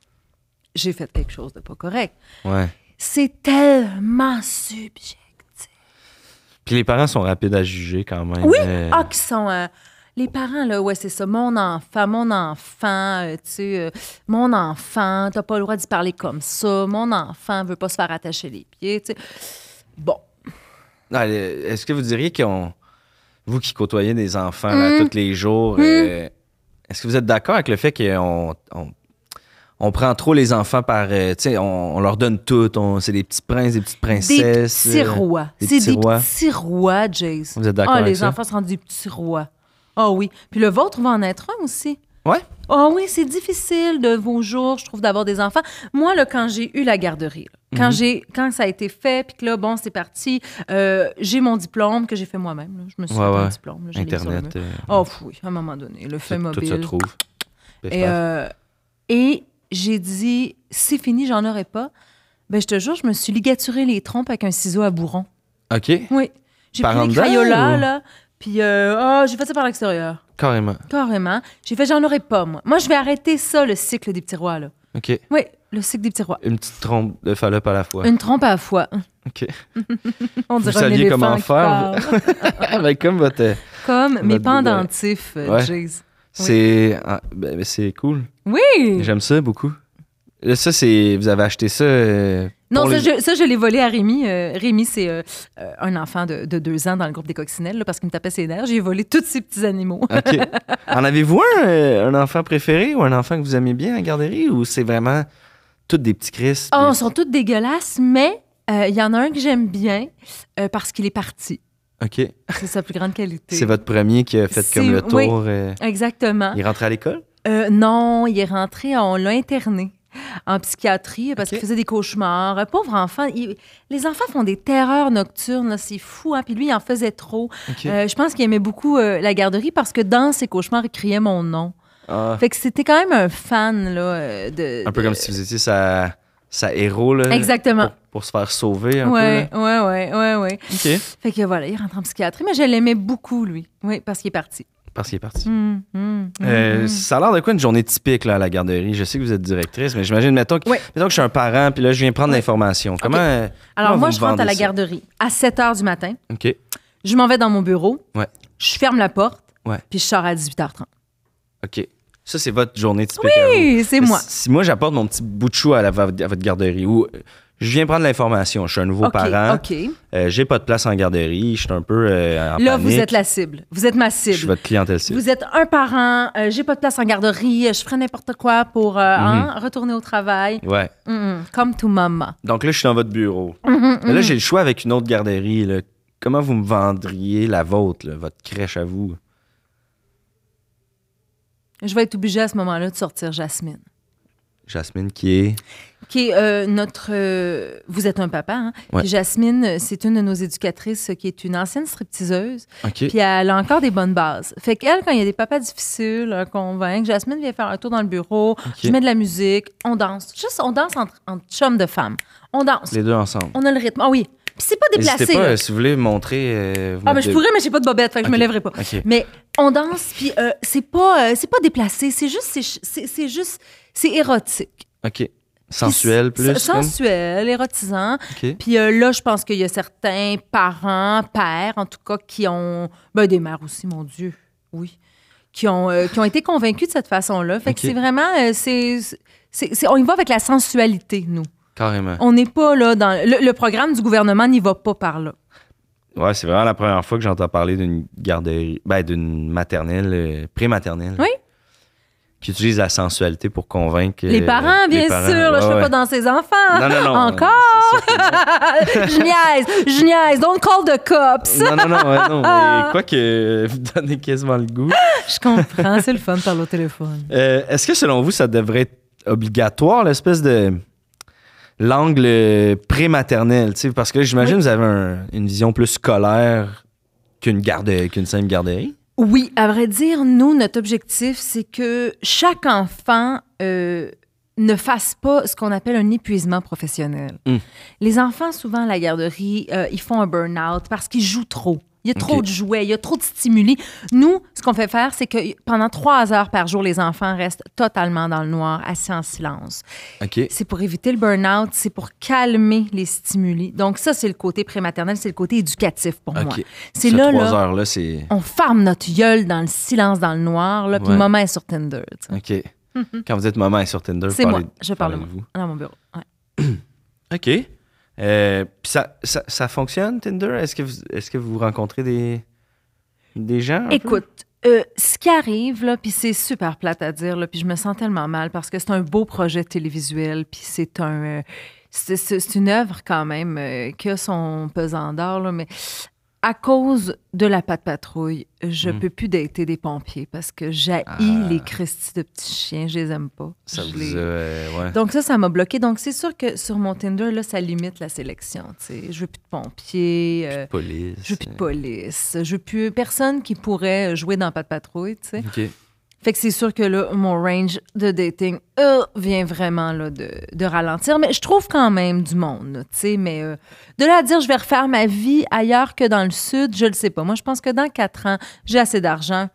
S3: J'ai fait quelque chose de pas correct.
S1: Ouais.
S3: C'est tellement subjectif.
S1: Puis les parents sont rapides à juger quand même.
S3: Oui,
S1: euh,
S3: ah, qui sont. euh, les parents, là, ouais, c'est ça. Mon enfant, mon enfant, euh, tu sais, euh, mon enfant, t'as pas le droit d'y parler comme ça. Mon enfant veut pas se faire attacher les pieds, tu sais. Bon.
S1: Non, le- Est-ce que vous diriez qu'on. Vous qui côtoyez des enfants là,
S3: Mm.
S1: tous les jours, euh, est-ce que vous êtes d'accord avec le fait qu'on. On, on prend trop les enfants par. euh, tu sais, on, on leur donne tout. on- C'est des petits princes, des petites
S3: Des
S1: princesses.
S3: petits
S1: euh,
S3: rois.
S1: des
S3: C'est
S1: petits
S3: des
S1: rois.
S3: petits rois, Jace.
S1: Vous êtes d'accord
S3: Ah,
S1: avec
S3: les
S1: ça?
S3: enfants sont rendus des petits rois. Ah oui. Puis le vôtre va en être un aussi.
S1: Ouais.
S3: Ah oui, c'est difficile de vos jours, je trouve, d'avoir des enfants. Moi, là, quand j'ai eu la garderie, là,
S1: Mhm.
S3: quand, j'ai, quand ça a été fait, puis que là, bon, c'est parti, euh, j'ai mon diplôme que j'ai fait moi-même. là. Je me suis
S1: Ouais,
S3: fait un
S1: ouais.
S3: diplôme. là, je l'ai mis sur le
S1: Internet.
S3: mur.
S1: euh,
S3: Oh, oui, à un moment donné, le fait
S1: tout, tout
S3: mobile.
S1: se trouve.
S3: Et, euh, et j'ai dit, c'est fini, j'en aurai pas. Ben, je te jure, je me suis ligaturé les trompes avec un ciseau à bourron.
S1: OK,
S3: Oui. J'ai
S1: Par en
S3: pris les
S1: dedans,
S3: crayolas,
S1: ou-
S3: là. Puis, euh, oh, j'ai fait ça par l'extérieur.
S1: carrément.
S3: Carrément. J'ai fait, j'en aurais pas, moi. Moi, je vais arrêter ça, le cycle des petits rois, là.
S1: OK.
S3: Oui, le cycle des petits rois.
S1: Une petite trompe de fallop à la fois.
S3: Une trompe à la fois.
S1: OK.
S3: <laughs> On
S1: Vous
S3: dirait un
S1: saviez
S3: éléphant
S1: comment
S3: qui
S1: faire,
S3: parle.
S1: <laughs> Ben, comme votre. euh, <laughs>
S3: Comme mes
S1: Votre
S3: pendentifs, euh,
S1: Ouais.
S3: Jays.
S1: C'est. ah, ben, ben, c'est cool.
S3: Oui!
S1: J'aime ça beaucoup. Là, ça, c'est. Vous avez acheté ça. euh,
S3: Non,
S1: pour
S3: ça,
S1: les-
S3: je, ça, je l'ai volé à Rémi. Euh, Rémi, c'est euh, euh, un enfant de, de deux ans dans le groupe des coccinelles, là, parce qu'il me tapait ses nerfs. J'ai volé tous ses petits animaux.
S1: OK. en avez-vous un, euh, un enfant préféré ou un enfant que vous aimez bien en garderie ou c'est vraiment tous des petits Chris?
S3: Oh, ils sont tous dégueulasses, mais euh, il y en a un que j'aime bien euh, parce qu'il est parti.
S1: OK.
S3: C'est sa plus grande qualité.
S1: C'est votre premier qui a fait
S3: C'est-
S1: comme le tour.
S3: oui.
S1: euh,
S3: Exactement.
S1: Il est rentré à l'école?
S3: Euh, non, il est rentré, on l'a interné en psychiatrie
S1: Ok.
S3: parce qu'il faisait des cauchemars. Un Pauvre enfant, il- les enfants font des terreurs nocturnes, là, c'est fou. Hein? Puis lui, il en faisait trop.
S1: OK.
S3: Euh, je pense qu'il aimait beaucoup euh, la garderie parce que dans ses cauchemars, il criait mon nom.
S1: Ah,
S3: Fait que c'était quand même un fan là, euh, de...
S1: un peu
S3: de-
S1: comme si vous étiez sa, sa héros, là.
S3: Exactement.
S1: Pour, pour se faire sauver un
S3: Ouais,
S1: peu.
S3: ouais, ouais, ouais, ouais.
S1: là. OK.
S3: Fait que voilà, il rentre en psychiatrie, mais je l'aimais beaucoup, lui. Oui, parce qu'il est parti.
S1: Parce qu'il est parti.
S3: Hum, hum, hum,
S1: Euh,
S3: hum.
S1: ça a l'air de quoi une journée typique là, à la garderie? Je sais que vous êtes directrice, mais j'imagine, mettons que,
S3: Ouais.
S1: mettons que je suis un parent, puis là, je viens prendre l'information. Comment. euh,
S3: Alors
S1: comment
S3: moi,
S1: vous
S3: je rentre à
S1: vendez
S3: la
S1: ça?
S3: garderie à 7 h du matin.
S1: OK.
S3: Je m'en vais dans mon bureau.
S1: Ouais.
S3: Je ferme la porte.
S1: Ouais.
S3: Puis je sors à 18h30.
S1: OK. Ça, c'est votre journée typique. à vous.
S3: Hey, c'est
S1: Mais
S3: moi.
S1: Si si moi, j'apporte mon petit bout de chou à, la- à votre garderie ou euh, je viens prendre l'information, je suis un nouveau
S3: OK,
S1: parent,
S3: OK.
S1: euh, j'ai pas de place en garderie, je suis un peu euh, en
S3: Là,
S1: panique,
S3: vous êtes la cible. Vous êtes ma
S1: Je suis
S3: cible.
S1: votre clientèle cible.
S3: Vous êtes un parent, euh, j'ai pas de place en garderie, euh, je ferai n'importe quoi pour euh,
S1: Mhm.
S3: hein, retourner au travail.
S1: Ouais.
S3: Hum, hum, Comme tout maman.
S1: Donc là, je suis dans votre bureau.
S3: Mm-hmm,
S1: Mais là, j'ai le choix avec une autre garderie. là. Comment vous me vendriez la vôtre, là, votre crèche à vous?
S3: Je vais être obligée à ce moment-là de sortir Jasmine.
S1: Jasmine qui est...
S3: qui est euh, notre. euh, vous êtes un papa, hein?
S1: Ouais.
S3: Puis Jasmine, euh, c'est une de nos éducatrices euh, qui est une ancienne stripteaseuse.
S1: OK.
S3: Puis elle a encore des bonnes bases. Fait qu'elle, quand il y a des papas difficiles à convaincre, Jasmine vient faire un tour dans le bureau, je mets de la musique, on danse. Juste, on danse entre, entre chums de femmes. On danse.
S1: Les deux ensemble.
S3: On a le rythme. Ah oui. Puis c'est pas déplacé.
S1: N'hésitez pas,
S3: là.
S1: euh, si vous voulez montrer... euh, vous
S3: Ah, mais
S1: mettez-
S3: je pourrais, mais j'ai pas de bobette, fait que je me
S1: Ok.
S3: lèverai pas.
S1: OK.
S3: Mais on danse, puis euh, c'est pas, euh, c'est pas déplacé, c'est juste, c'est ch- c'est c'est juste, c'est érotique.
S1: OK. Sensuel
S3: Puis c'est-
S1: plus? comme?
S3: Sensuel, érotisant.
S1: OK.
S3: Puis euh, là, je pense qu'il y a certains parents, pères, en tout cas, qui ont. Ben, des mères aussi, mon Dieu. Oui. Qui ont, euh, qui ont été convaincus de cette façon-là. Fait
S1: Ok.
S3: que c'est vraiment. euh, c'est, c'est- c'est- on y va avec la sensualité, nous.
S1: Carrément.
S3: On n'est pas là dans. Le, le programme du gouvernement n'y va pas par
S1: Euh,
S3: là.
S1: Ouais, c'est vraiment la première fois que j'entends parler d'une garderie, ben, d'une maternelle, euh, prématernelle.
S3: Oui.
S1: Qui utilise la sensualité pour convaincre.
S3: les
S1: euh,
S3: parents,
S1: les
S3: bien
S1: parents.
S3: sûr. là, je ne
S1: Ouais,
S3: fais
S1: ouais.
S3: pas dans ses enfants. hein,
S1: Non, non, non.
S3: Encore? <laughs> je niaise, je niaise. Don't call the
S1: <laughs>
S3: cops.
S1: Non, non, non, ouais, non.
S3: Ah.
S1: mais quoi que euh, vous donnez quasiment le goût.
S3: Je comprends, c'est le fun de parler au téléphone.
S1: Euh, Est-ce que selon vous, ça devrait être obligatoire, l'espèce de l'angle euh, prématernel? tu sais, Parce que j'imagine que vous avez un- une vision plus scolaire qu'une garde, qu'une simple garderie.
S3: Oui, à vrai dire, nous, notre objectif, c'est que chaque enfant euh, ne fasse pas ce qu'on appelle un épuisement professionnel.
S1: Mm.
S3: Les enfants, souvent à la garderie, euh, ils font un burn-out parce qu'ils jouent trop. Il y a trop
S1: OK.
S3: de jouets, il y a trop de stimuli. Nous, ce qu'on fait faire, c'est que pendant trois heures par jour, les enfants restent totalement dans le noir, assis en silence.
S1: OK.
S3: C'est pour éviter le burn-out, c'est pour calmer les stimuli. Donc ça, c'est le côté prématernel, c'est le côté éducatif pour
S1: OK.
S3: moi.
S1: Ces
S3: C'est là,
S1: trois
S3: là,
S1: heures-là, c'est.
S3: on ferme notre gueule dans le silence, dans le noir, là, puis
S1: Ouais.
S3: maman est sur Tinder. tu sais.
S1: OK. Quand vous êtes maman et sur Tinder,
S3: Mhm. C'est
S1: parlez-
S3: moi, je parle de
S1: parlez de vous.
S3: Dans mon bureau. ouais.
S1: OK. Euh, puis ça, ça, ça fonctionne, Tinder? Est-ce que, vous- est-ce que vous rencontrez des, des gens? un peu?
S3: Écoute, euh, ce qui arrive, là, puis c'est super plate à dire, là, puis je me sens tellement mal parce que c'est un beau projet télévisuel, puis c'est un... euh, c'est- c'est c'est une œuvre quand même euh, qui a son pesant d'or, là, mais à cause de la patte patrouille, je
S1: Mm.
S3: peux plus dater des pompiers parce que j'haïs
S1: Ah.
S3: les Christy de petits chiens, je les aime pas.
S1: Ça
S3: Je
S1: vous
S3: les-
S1: a, euh, ouais.
S3: Donc ça, ça m'a bloqué. Donc c'est sûr que sur mon Tinder, là, ça limite la sélection. tu sais. Je veux plus de pompiers. euh,
S1: Police.
S3: je veux plus de police. Je veux plus personne qui pourrait jouer dans Pas de patrouille, tu sais.
S1: OK.
S3: Fait que c'est sûr que là, mon range de dating euh, vient vraiment là, de, de ralentir. Mais je trouve quand même du monde, là, tu sais. Mais euh, de là à dire, je vais refaire ma vie ailleurs que dans le sud, je le sais pas. Moi, je pense que dans quatre ans, j'ai assez d'argent.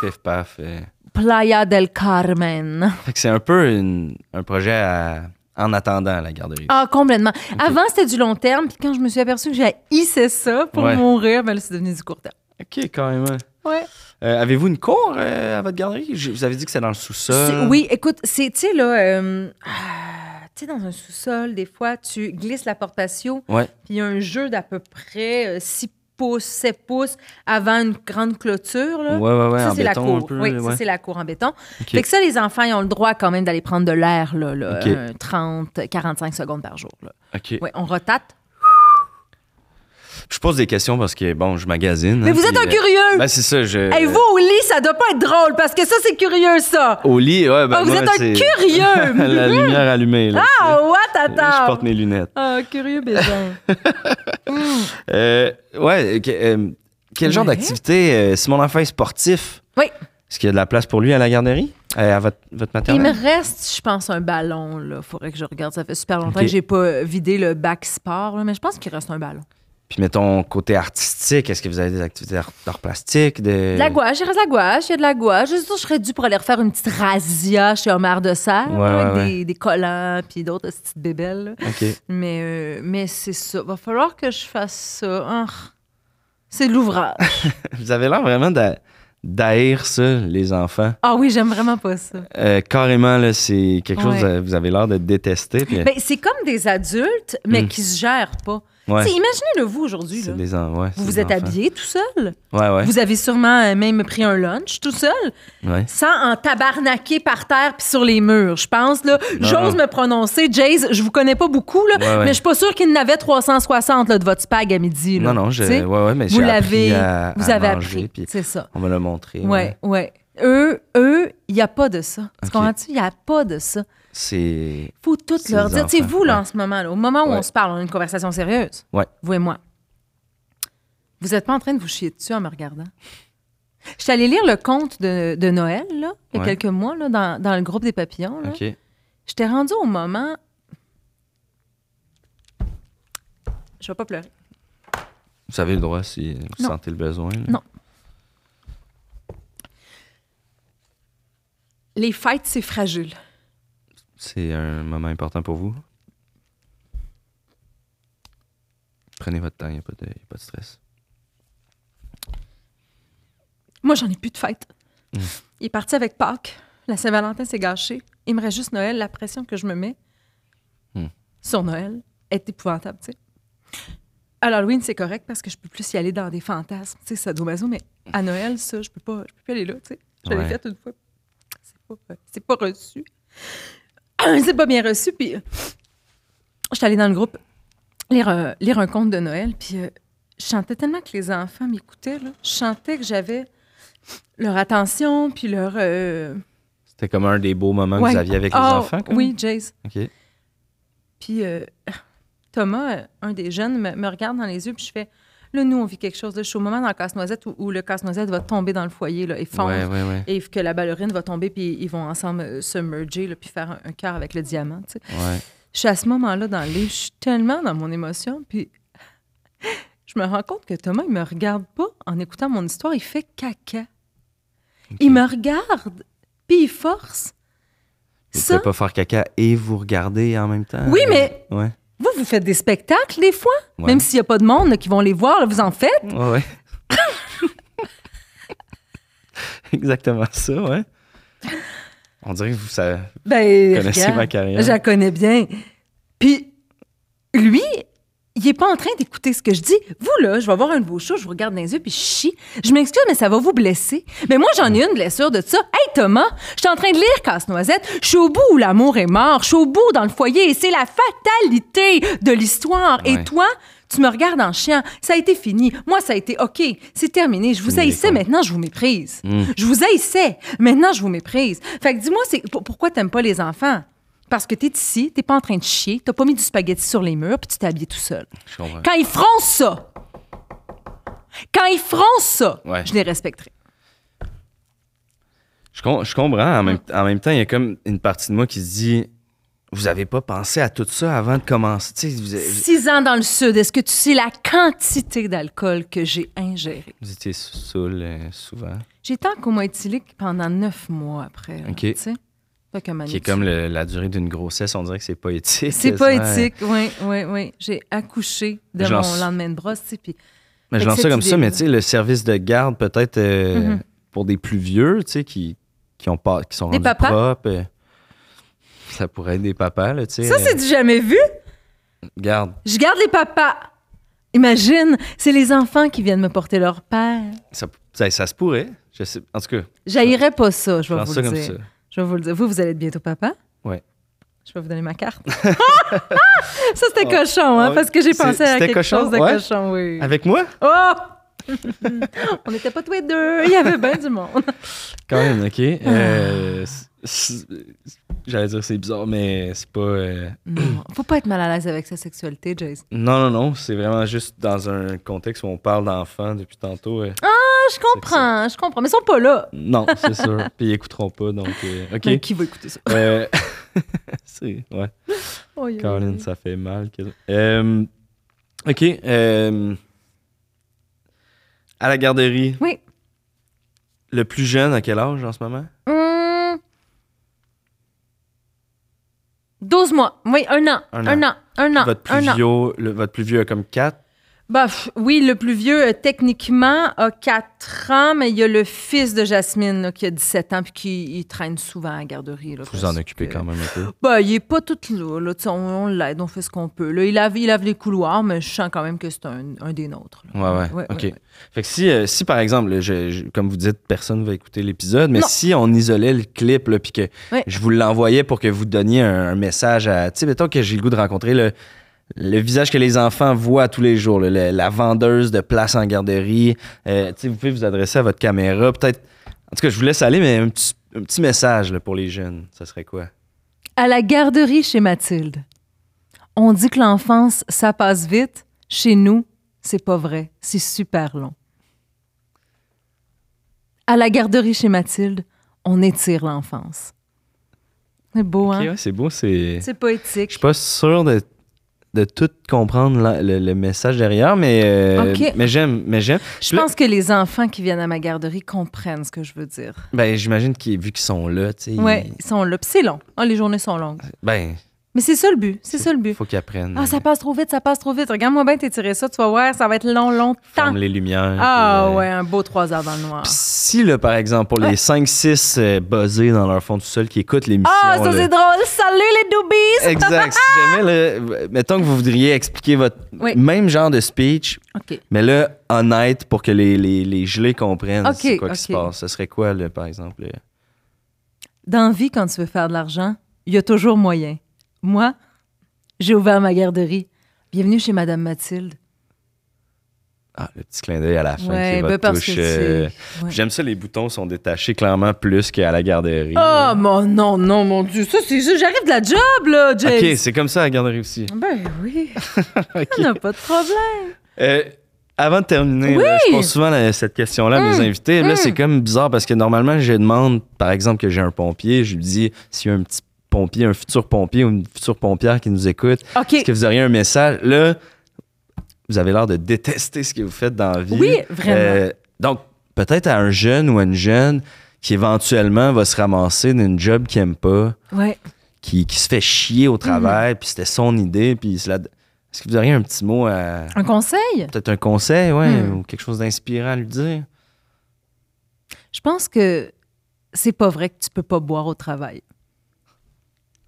S1: Pif paf. euh.
S3: Playa del Carmen.
S1: Fait que c'est un peu une- un projet à- en attendant la garderie.
S3: Ah, complètement. Avant, c'était du long terme. Puis quand je me suis aperçue que j'ai hissé ça pour
S1: Ouais.
S3: mourir, ben là, c'est devenu du court terme.
S1: OK, quand même. hein.
S3: Ouais.
S1: Euh, Avez-vous une cour euh, à votre garderie? Je- vous avez dit que c'est dans le
S3: C'est-
S1: sous-sol.
S3: Oui, écoute, c'est, tu sais, là, euh, ah, tu sais, dans un sous-sol, des fois, tu glisses la porte patio,
S1: Ouais.
S3: puis il y a un jeu d'à peu près 6 pouces, 7 pouces avant une grande clôture, là.
S1: Ouais, ouais, ouais,
S3: ça,
S1: en
S3: c'est la
S1: béton
S3: cour.
S1: un peu.
S3: oui,
S1: ouais.
S3: ça, c'est la cour en béton.
S1: OK.
S3: Fait que ça, les enfants, ils ont le droit quand même d'aller prendre de l'air, là, là,
S1: OK.
S3: un 30, 45 secondes par jour, là.
S1: OK.
S3: Ouais, on rotate.
S1: Je pose des questions parce que, bon, je magasine.
S3: Mais
S1: hein,
S3: vous êtes
S1: puis,
S3: un
S1: euh,
S3: curieux!
S1: Ben, c'est ça, je...
S3: Hey, vous, au lit, ça doit pas être drôle, parce que ça, c'est curieux, ça!
S1: Au lit, ouais, ben
S3: Ah, vous
S1: moi,
S3: êtes un
S1: c'est-
S3: curieux!
S1: <laughs> La lumière allumée, là.
S3: Ah, what,
S1: Je
S3: attends!
S1: porte mes lunettes.
S3: Ah, curieux
S1: <laughs>
S3: baiser.
S1: Euh, ouais, que- euh, quel genre
S3: Ouais.
S1: d'activité? euh, si mon enfant est sportif,
S3: Oui.
S1: est-ce qu'il y a de la place pour lui à la garderie? Euh, à votre, votre
S3: Il me
S1: maternelle?
S3: reste, je pense, un ballon. Il faudrait que je regarde. Ça fait super longtemps
S1: Ok.
S3: que j'ai pas vidé le bac sport, là, mais je pense qu'il reste un ballon.
S1: Puis mettons, côté artistique, est-ce que vous avez des activités d'art d'art plastique? De...
S3: De la gouache, il reste de la gouache, il y a de la gouache. Je suis sûre que je serais dû pour aller refaire une petite razzia chez Omar de Serre,
S1: Ouais,
S3: là, avec
S1: ouais,
S3: Des, des collants puis d'autres petites bébelles. là.
S1: OK.
S3: Mais, euh, mais c'est ça. Va falloir que je fasse ça. Ah, C'est de l'ouvrage.
S1: Vous avez l'air vraiment d'a- d'haïr ça, les enfants.
S3: Ah oui, j'aime vraiment pas ça.
S1: Euh, carrément, là, c'est quelque chose
S3: Ouais.
S1: que vous avez l'air de détester. puis-
S3: Ben, c'est comme des adultes, mais
S1: Mm.
S3: qui se gèrent pas.
S1: ouais,
S3: Tu sais, Imaginez-le vous aujourd'hui.
S1: c'est
S3: là.
S1: des en- ouais, c'est
S3: Vous vous
S1: des
S3: êtes
S1: enfants.
S3: habillé tout seul.
S1: Ouais, ouais.
S3: Vous avez sûrement euh, même pris un lunch tout seul,
S1: ouais.
S3: sans en tabarnaquer par terre puis sur les murs. Je pense, là,
S1: Non,
S3: j'ose
S1: non.
S3: me prononcer, Jays, je vous connais pas beaucoup, là,
S1: Ouais, ouais.
S3: mais je suis pas sûre qu'il n'avait 360 là, de votre spag à midi. là.
S1: Non, non, je,
S3: Tu sais,
S1: ouais, ouais, mais
S3: vous
S1: j'ai appris
S3: l'avez,
S1: à-
S3: vous
S1: à
S3: avez
S1: manger,
S3: appris.
S1: puis
S3: C'est ça.
S1: on va le montrer.
S3: Ouais, ouais. Eux, eux, il n'y a pas de ça. Tu
S1: Ok.
S3: comprends-tu? Il n'y a pas de ça.
S1: C'est.
S3: faut tout
S1: Ces
S3: leur dire. Tu sais,
S1: enfants,
S3: vous, là,
S1: ouais.
S3: en ce moment, là, au moment où
S1: Ouais.
S3: on se parle, on a une conversation sérieuse.
S1: Ouais.
S3: Vous et moi. Vous n'êtes pas en train de vous chier dessus en me regardant. Je suis allée lire le conte de, de Noël, là, il y a
S1: Ouais.
S3: quelques mois, là, dans, dans le groupe des papillons. là.
S1: OK.
S3: J'étais rendue au moment. Je vais pas pleurer.
S1: Vous avez le droit si vous
S3: Non.
S1: sentez le besoin. là.
S3: Non. Les fêtes, c'est fragile.
S1: C'est un moment important pour vous. Prenez votre temps, il n'y a, pas de- y a pas de stress.
S3: Moi, j'en ai plus de fête.
S1: Mm.
S3: Il est parti avec Pâques. La Saint-Valentin s'est gâchée. Il me reste juste Noël. La pression que je me mets
S1: Mm.
S3: sur Noël est épouvantable, tu sais. À Halloween, c'est correct parce que je peux plus y aller dans des fantasmes, tu sais, ça domazo, mais à Noël, ça, je peux pas, je peux plus aller là, tu sais. Je l'avais
S1: Ouais.
S3: fait une fois. C'est pas, euh, c'est pas reçu. <clears throat> c'est pas bien reçu, puis euh, je suis allée dans le groupe lire, un- lire un conte de Noël, puis euh, je chantais tellement que les enfants m'écoutaient, là. Je chantais que j'avais leur attention, puis leur... euh,
S1: C'était comme un des beaux moments que
S3: ouais.
S1: Hein, vous aviez avec les
S3: Ah,
S1: enfants. quand
S3: Oui, Jace.
S1: même? OK.
S3: Puis euh, Thomas, euh, un des jeunes, me, me regarde dans les yeux, puis je fais Là, nous, on vit quelque chose. Là, je suis au moment dans le casse-noisette où, où le casse-noisette va tomber dans le foyer là, et fondre.
S1: Ouais, ouais, ouais.
S3: Et que la ballerine va tomber, puis ils vont ensemble euh, se merger, là, puis faire un, un cœur avec le diamant. tu sais.
S1: ouais.
S3: Je suis à ce moment-là dans le livre, je suis tellement dans mon émotion, puis je je me rends compte que Thomas, il me regarde pas en écoutant mon histoire. Il fait caca. Il me regarde, puis il force.
S1: Vous
S3: Ça,
S1: pouvez pas faire caca et vous regarder en même temps?
S3: Oui, mais-
S1: Ouais.
S3: vous, vous faites des spectacles des fois,
S1: Ouais.
S3: même s'il n'y a pas de monde là, qui vont les voir, là, vous en faites.
S1: Ouais, ouais. <laughs> Exactement ça, ouais. On dirait que vous savez.
S3: Ben,
S1: Connaissez
S3: regarde,
S1: ma carrière.
S3: Je la connais bien. Puis, lui, il est pas en train d'écouter ce que je dis. Vous, là, je vais voir un de vos shows, je vous regarde dans les yeux, puis je chie. Je m'excuse, mais ça va vous blesser. Mais moi, j'en ai une blessure de ça. Hey, Thomas, je suis en train de lire Casse-Noisette. Je suis au bout où l'amour est mort. Je suis au bout dans le foyer et c'est la fatalité de l'histoire.
S1: Ouais.
S3: Et toi, tu me regardes en chiant. Ça a été fini. Moi, ça a été OK. C'est terminé. Je vous
S1: Fini les
S3: haïssais,
S1: comptes.
S3: maintenant, je vous méprise.
S1: Mm.
S3: Je vous haïssais. Maintenant, je vous méprise. Fait que dis-moi, c'est pour- pourquoi t'aimes pas les enfants? Parce que t'es ici, t'es pas en train de chier, t'as pas mis du spaghetti sur les murs, puis tu t'es habillé tout seul.
S1: Je comprends.
S3: Quand ils feront ça, quand ils feront ça,
S1: Ouais.
S3: je les respecterai.
S1: Je, com- je comprends. En même, en même temps, il y a comme une partie de moi qui se dit Vous avez pas pensé à tout ça avant de commencer. Tu sais, vous, vous-
S3: Six ans dans le sud, est-ce que tu sais la quantité d'alcool que j'ai ingéré?
S1: vous étiez sou- saoul euh, souvent.
S3: J'ai été en coma éthylique pendant neuf mois après. là,
S1: OK.
S3: tu sais. Fait que, Manu,
S1: Qui est comme le- la durée d'une grossesse, on dirait que c'est pas éthique.
S3: C'est
S1: ça.
S3: pas éthique, oui, oui, oui. J'ai accouché de
S1: Je
S3: mon
S1: lance-
S3: lendemain de brosse, tu sais, puis
S1: Mais je
S3: Fait que
S1: lance ça
S3: cette
S1: comme ça, mais
S3: idée-là.
S1: tu sais, le service de garde, peut-être euh,
S3: Mhm.
S1: pour des plus vieux, tu sais, qui, qui, ont pas, qui sont
S3: Des
S1: rendus
S3: papas?
S1: propres. euh, ça pourrait être des papas, là, tu sais.
S3: Ça, c'est du jamais vu.
S1: euh, Garde,
S3: Je garde les papas. Imagine, c'est les enfants qui viennent me porter leur père.
S1: ça, ça, ça se pourrait. Je sais, en tout cas,
S3: J'haïrais pas ça, je
S1: je
S3: vais
S1: lance
S3: vous
S1: ça
S3: le
S1: comme
S3: dire.
S1: ça.
S3: Je vais vous le dire. Vous, vous allez être bientôt papa?
S1: Ouais.
S3: Je vais vous donner ma carte. <laughs> ça, c'était
S1: Ah,
S3: cochon, hein,
S1: ah,
S3: parce que j'ai
S1: c'est-
S3: pensé à
S1: c'était
S3: quelque
S1: cochon,
S3: chose de
S1: ouais.
S3: cochon, oui.
S1: Avec moi?
S3: Oh! <laughs> On n'était pas tous les deux. Il y avait bien du monde. <laughs>
S1: Quand même, OK.
S3: Ah.
S1: Euh, c'est- c'est- J'allais dire c'est bizarre, mais c'est pas... euh,
S3: Non, faut pas être mal à l'aise avec sa sexualité, Jason.
S1: Non, non, non, c'est vraiment juste dans un contexte où on parle d'enfants depuis tantôt. euh,
S3: Ah, je comprends, je comprends. Mais ils sont pas là.
S1: Non, c'est sûr. Puis ils écouteront pas, donc... euh, OK.
S3: Mais qui va écouter ça?
S1: Euh, <laughs> c'est... Ouais.
S3: Oh, yeah.
S1: Colin, ça fait mal. que- Euh, OK. euh, à la garderie,
S3: Oui.
S1: le plus jeune, à quel âge en ce moment?
S3: Hum. 12 mois. Oui, un an.
S1: Un
S3: Un,
S1: an.
S3: an. Un an.
S1: votre, plus
S3: un an.
S1: vieux, le- votre plus vieux a comme 4.
S3: Bah, pff, oui, le plus vieux, euh, techniquement, a 4 ans, mais il y a le fils de Jasmine là, qui a 17 ans puis qui il traîne souvent à la garderie. Là,
S1: Vous vous en occupez
S3: quand même.
S1: quand même un peu.
S3: Ben, il est pas tout là. là. Tu sais, on on l'aide, on fait ce qu'on peut. Là. Il, lave, il lave les couloirs, mais je sens quand même que c'est un, un des nôtres. là.
S1: Ouais, ouais.
S3: Ouais,
S1: OK.
S3: ouais, ouais.
S1: Fait que si, euh, si par exemple, là, je- je- comme vous dites, personne va écouter l'épisode, mais
S3: Non.
S1: si on isolait le clip, là, puis que
S3: Ouais.
S1: je vous l'envoyais pour que vous donniez un, un message à. Tu sais, mettons que j'ai le goût de rencontrer le, le visage que les enfants voient tous les jours, là, le- la vendeuse de place en garderie. Euh, tu sais, vous pouvez vous adresser à votre caméra, peut-être. En tout cas, je vous laisse aller, mais un petit, un petit message là, pour les jeunes, ça serait quoi?
S3: À la garderie chez Mathilde, on dit que l'enfance, ça passe vite. Chez nous, c'est pas vrai. C'est super long. À la garderie chez Mathilde, on étire l'enfance. C'est beau,
S1: Ok,
S3: hein?
S1: ouais, c'est beau, c'est.
S3: C'est
S1: Je
S3: poétique.
S1: suis pas sûr de, de tout comprendre la- le, le message derrière, mais, euh,
S3: Ok.
S1: mais j'aime. Mais j'aime.
S3: Je pense que les enfants qui viennent à ma garderie comprennent ce que je veux dire.
S1: Ben, j'imagine qu'ils, vu qu'ils sont là, tu sais.
S3: Ouais,
S1: ils-
S3: ils sont là. Puis c'est long. Ah, les journées sont longues.
S1: Ben,
S3: Mais c'est ça le but. C'est ça le but.
S1: faut qu'ils apprennent.
S3: Ah, ça passe trop vite, ça passe trop vite. Regarde-moi bien t'étirer ça, tu vas voir, ça va être long, longtemps.
S1: Ferme les lumières.
S3: Ah
S1: puis, euh,
S3: ouais, un beau trois heures dans le noir.
S1: puis Si, là, par exemple, pour les 5-6 euh, buzzés dans leur fond tout seul qui écoutent l'émission.
S3: Ah, ça
S1: là-
S3: c'est drôle. Salut les doobies!
S1: Exact. si jamais, là, mettons que vous voudriez expliquer votre
S3: Oui.
S1: même genre de speech,
S3: OK.
S1: mais là, honnête, pour que les, les, les gelés comprennent
S3: Ok,
S1: c'est quoi qui
S3: ok.
S1: se passe. Ce serait quoi, là, par exemple? là?
S3: Dans la vie, quand tu veux faire de l'argent, il y a toujours moyen. Moi, j'ai ouvert ma garderie. Bienvenue chez Madame Mathilde.
S1: Ah, le petit clin d'œil à la fin qui est
S3: Ouais,
S1: votre
S3: ben parce
S1: touche.
S3: que
S1: euh,
S3: c'est... ouais.
S1: J'aime ça, les boutons sont détachés clairement plus qu'à la garderie.
S3: Oh mon non, non, mon Dieu, ça c'est juste, j'arrive de la job là, James.
S1: OK, c'est comme ça à la garderie aussi.
S3: Ben oui, <laughs>
S1: <laughs> OK.
S3: on n'a pas de problème.
S1: Euh, avant de terminer,
S3: Oui. Hum,
S1: là, je pose souvent la- cette question-là à mes invités. Là, c'est comme bizarre parce que normalement, je demande, par exemple, que j'ai un pompier, je lui dis s'il y a un petit pompier, un futur pompier ou une future pompière qui nous écoute,
S3: OK.
S1: est-ce que vous auriez un message? Là, Vous avez l'air de détester ce que vous faites dans la vie.
S3: Oui, vraiment.
S1: Euh, donc, peut-être à un jeune ou à une jeune qui éventuellement va se ramasser d'une job qu'il aime pas,
S3: Ouais.
S1: qui, qui se fait chier au
S3: Mhm.
S1: travail, puis c'était son idée, puis il se la- Est-ce que vous auriez un petit mot à...
S3: Un conseil?
S1: Peut-être un conseil, ouais,
S3: Mhm.
S1: ou quelque chose d'inspirant à lui dire?
S3: Je pense que c'est pas vrai que tu peux pas boire au travail.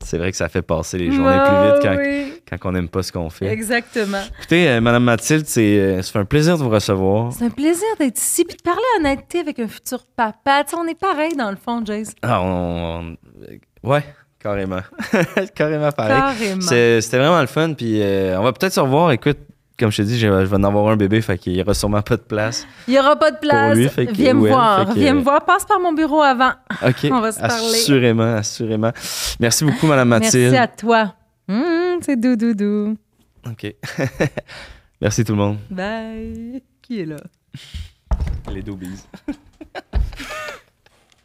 S1: C'est vrai que ça fait passer
S3: Bah
S1: les journées plus vite quand, quand on n'aime pas ce qu'on fait.
S3: Exactement.
S1: Écoutez, euh, Madame Mathilde, c'est, euh, ça fait un plaisir de vous recevoir.
S3: C'est un plaisir d'être ici puis de parler en honnêteté avec un futur papa. Tu sais, on est pareil dans le fond, Jace.
S1: Ah, on, on- Ouais, carrément. <laughs> carrément pareil.
S3: Carrément.
S1: C'est- C'était vraiment le fun. Puis euh, on va peut-être se revoir. Écoute, comme je te dis, je, je vais en avoir un bébé, fait qu'il n'y aura sûrement pas de
S3: <laughs>
S1: place.
S3: Il y aura pas de place.
S1: lui, fait que-
S3: Viens
S1: ou
S3: me
S1: elle,
S3: voir.
S1: fait que-
S3: Viens me voir. Passe par mon bureau avant.
S1: OK.
S3: On va se parler.
S1: Assurément, assurément. Merci beaucoup, Madame Mathilde.
S3: Merci à toi. Hum, c'est doux-doudou.
S1: OK. <laughs> Merci tout le monde.
S3: Bye. Qui est là?
S1: Les deux bises.